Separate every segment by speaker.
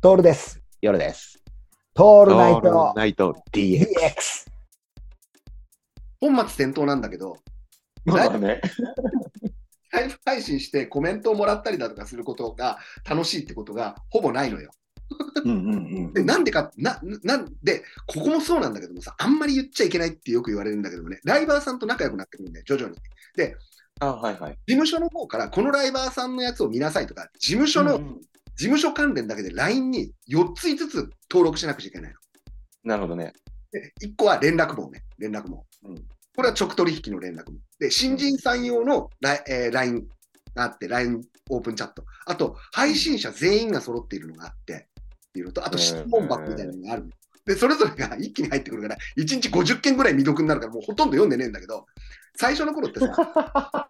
Speaker 1: トールです。
Speaker 2: 夜です。
Speaker 1: ト
Speaker 2: オ
Speaker 1: ールナイト
Speaker 2: ナイト DX。
Speaker 1: DX。
Speaker 3: 本末転倒なんだけど、
Speaker 2: そうだね。
Speaker 3: ライブ配信してコメントをもらったりだとかすることが楽しいってことがほぼないのよ。
Speaker 2: うんうんう
Speaker 3: で、なんでか、な、ななんで、ここもそうなんだけどもさ、あんまり言っちゃいけないってよく言われるんだけどもね、ライバーさんと仲良くなってくるんだよ、徐々に。事
Speaker 2: あ、はいはい。
Speaker 3: 務所の方から、このライバーさんのやつを見なさいとか、事務所の、
Speaker 2: うん
Speaker 3: 事
Speaker 2: うん
Speaker 3: 務所関連だけで LINE に4つ5つ登録しなくちゃいけないの。
Speaker 2: なるほどね。
Speaker 3: で、1個は連絡網ね、連絡網。
Speaker 2: うん
Speaker 3: これは直取引の連絡網。で、新人さん用のライ、えー LINE があって、LINE オープンチャット。あと、配信者全員が揃っているのがあって、っていうのと、あと
Speaker 2: へー
Speaker 3: 質問箱みたいなのがあるの。で、それぞれが一気に入ってくるから、1日50件ぐらい未読になるから、もうほとんど読んでねえんだけど、最初の頃 ってさ、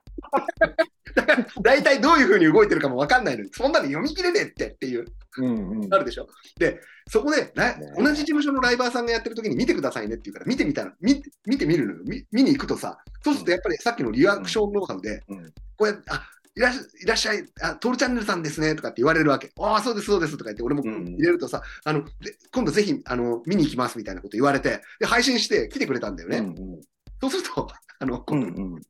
Speaker 3: だから大体どういうふうに動いてるかも分かんないのに、そんなの読み切れねえってっていう。
Speaker 2: うんうん
Speaker 3: あるでしょで、そこで、ライ
Speaker 2: ね
Speaker 3: 同じ事務所のライバーさんがやってる時に見てくださいねって言うから、見てみたら、見見てみるのよ見。見に行くとさ、そうするとやっぱりさっきのリアクションノウハウで、
Speaker 2: うん
Speaker 3: こうやって、あいらっしゃいらっしゃい、あ、トールチャンネルさんですねとかって言われるわけ。ああ、そうです、そうですとか言って、俺も
Speaker 2: うんう
Speaker 3: 入
Speaker 2: ん
Speaker 3: れるとさ、あので今度ぜひあの見に行きますみたいなこと言われて、で配信して来てくれたんだよね。
Speaker 2: うん
Speaker 3: そうすると、あの、
Speaker 2: うんうんうん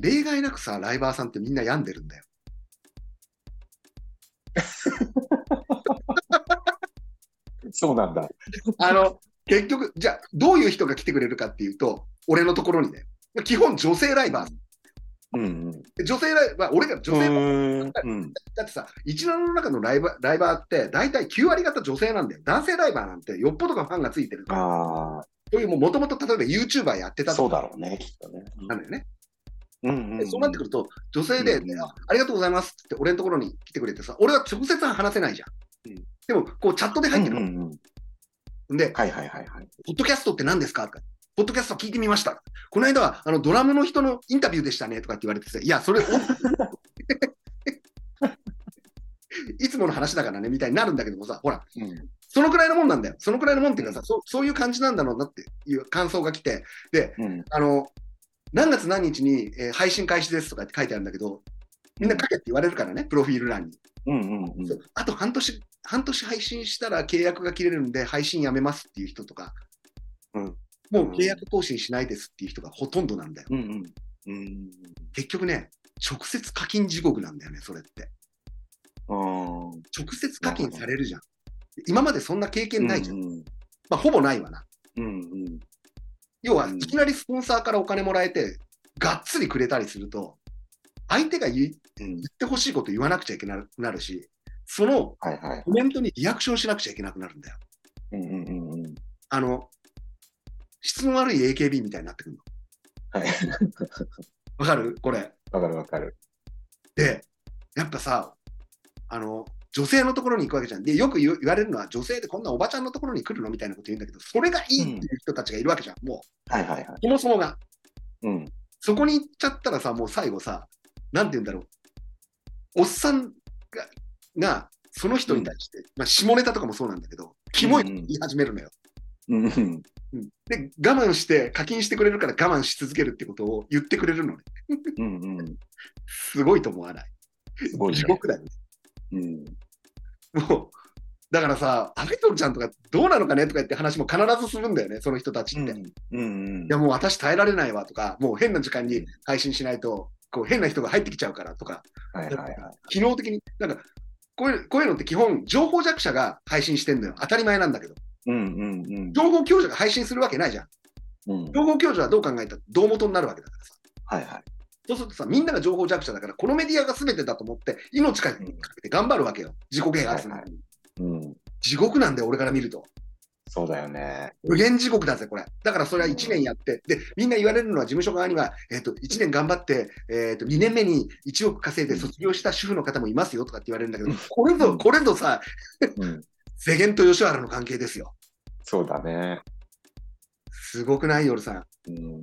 Speaker 3: 例外なくさ、ライバーさんってみんな病んでるんだよ。
Speaker 2: そうなんだ。
Speaker 3: あの、結局、じゃあ、どういう人が来てくれるかっていうと、俺のところにね、基本女性ライバー。
Speaker 2: うんうん。
Speaker 3: 女性ライバー、俺が女性、
Speaker 2: うんうん。
Speaker 3: だってさ、17の中のライバーライバーって、大体9割方女性なんだよ。男性ライバーなんて、よっぽどがファンがついてるから、
Speaker 2: あ
Speaker 3: そういう、もともと例えば YouTuber やって
Speaker 2: あ、
Speaker 3: た
Speaker 2: そ
Speaker 3: と
Speaker 2: うだ
Speaker 3: か
Speaker 2: ろうね、きっとね。
Speaker 3: なんだよね。
Speaker 2: うん
Speaker 3: でそうなってくる
Speaker 2: る。
Speaker 3: と、女性で、
Speaker 2: うんうん
Speaker 3: あありがとうございますって、俺のところに来てくれてさ、俺は直接は話せないじゃん。
Speaker 2: うん
Speaker 3: でも、こうチャットで
Speaker 2: う
Speaker 3: 入っ
Speaker 2: ん
Speaker 3: てる
Speaker 2: う
Speaker 3: の。
Speaker 2: んうん。
Speaker 3: で、
Speaker 2: はいはいはいはい。
Speaker 3: ポッドキャストって何ですかとかポッドキャスト聞いてみました。この間はあのドラムの人のインタビューでしたねとかって言われてさ、いや、それ、お いつもの話だからねみたいになるんだけどもさ、ほら、
Speaker 2: うん
Speaker 3: そのくらいのもんなんだよ。そのくらいのもんっていうかさ、そそういう感じなんだろうなっていう感想が来て、で、
Speaker 2: うん。
Speaker 3: あの、何月何日に、えー配信開始ですとかって書いてあるんだけど、みんな書けって言われるからね、プロフィール欄に。
Speaker 2: うんうんうん。
Speaker 3: そうあと半年、半年配信したら契約が切れるんで、配信やめますっていう人とか、
Speaker 2: うん
Speaker 3: もう契約更新しないですっていう人がほとんどなんだよ。
Speaker 2: うんうん。うん
Speaker 3: 結局ね、直接課金地獄なんだよね、それって。
Speaker 2: あ
Speaker 3: 直接課金されるじゃん。今までそんな経
Speaker 2: ー。
Speaker 3: 験ないじゃん。
Speaker 2: うんうん
Speaker 3: まあ、ほぼないわな。
Speaker 2: うんうん。
Speaker 3: 要は、
Speaker 2: うん
Speaker 3: いきなりスポンサーからお金もらえて、がっつりくれたりすると、相手が言い
Speaker 2: うん
Speaker 3: 言ってほしいこと言わなくちゃいけなくなるし、その
Speaker 2: はいはい。
Speaker 3: コメントにリアクションしなくちゃいけなくなるんだよ。
Speaker 2: うんうんうんうん。
Speaker 3: あの、質の悪い AKB みたいになってくるの。
Speaker 2: はい。
Speaker 3: わかるこれ。
Speaker 2: わかるわかる。
Speaker 3: で、やっぱさ、あの、女性のところに行くわけじゃん。で、よく言う言われるのは、女性でこんなおばちゃんのところに来るのみたいなこと言うんだけど、それがいいっていう人たちがいるわけじゃん。も
Speaker 2: はいはいは
Speaker 3: う、そもそもが。
Speaker 2: い。うん。
Speaker 3: そこに行っちゃったらさ、もう最後さ、なんて言うんだろう。おっさんが、がその人に対して、まあ、下ネタとかもそうなんだけど、キモいって言い始めるのよ。
Speaker 2: うんうん。
Speaker 3: うんで、我慢して、課金してくれるから我慢し続けるってことを言ってくれるのね。
Speaker 2: うんうん。
Speaker 3: すごいと思わない。
Speaker 2: すごいね
Speaker 3: 地。獄だよね。
Speaker 2: うん。
Speaker 3: もう、だからさ、アイドルちゃんとかどうなのかねとかって話も必ずするんだよね、その人たちって。い
Speaker 2: うんうん。
Speaker 3: や、もう私耐えられないわとか、もう変な時間に配信しないと、こう変な人が入ってきちゃうからとか、
Speaker 2: はいはいはい。
Speaker 3: 機能的に、なんか、こういうこういうのって基本、情報弱者が配信してんのよ。当たり前なんだけど。
Speaker 2: うんうんうん。
Speaker 3: 情報強者が配信するわけないじゃん。
Speaker 2: うん。
Speaker 3: 情報強者はどう考えたら、どう元になるわけだからさ。
Speaker 2: はいはい。
Speaker 3: そうするとさ、みんなが情報弱者だから、このメディアが全てだと思って、命かけて頑張るわけよ。自己啓発の、
Speaker 2: はいうん。
Speaker 3: 地獄なんだよ、俺から見ると。
Speaker 2: そうだよね。
Speaker 3: 無限地獄だぜ、これ。だからそれは1年やって、で、みんな言われるのは事務所側には、えっ、と、1年頑張って、えっ、と、2年目に1億稼いで卒業した主婦の方もいますよとかって言われるんだけど、これぞ、これぞさ、
Speaker 2: うん。
Speaker 3: 世間と吉原の関係ですよ。
Speaker 2: そうだね。
Speaker 3: すごくない、夜さん。
Speaker 2: うん。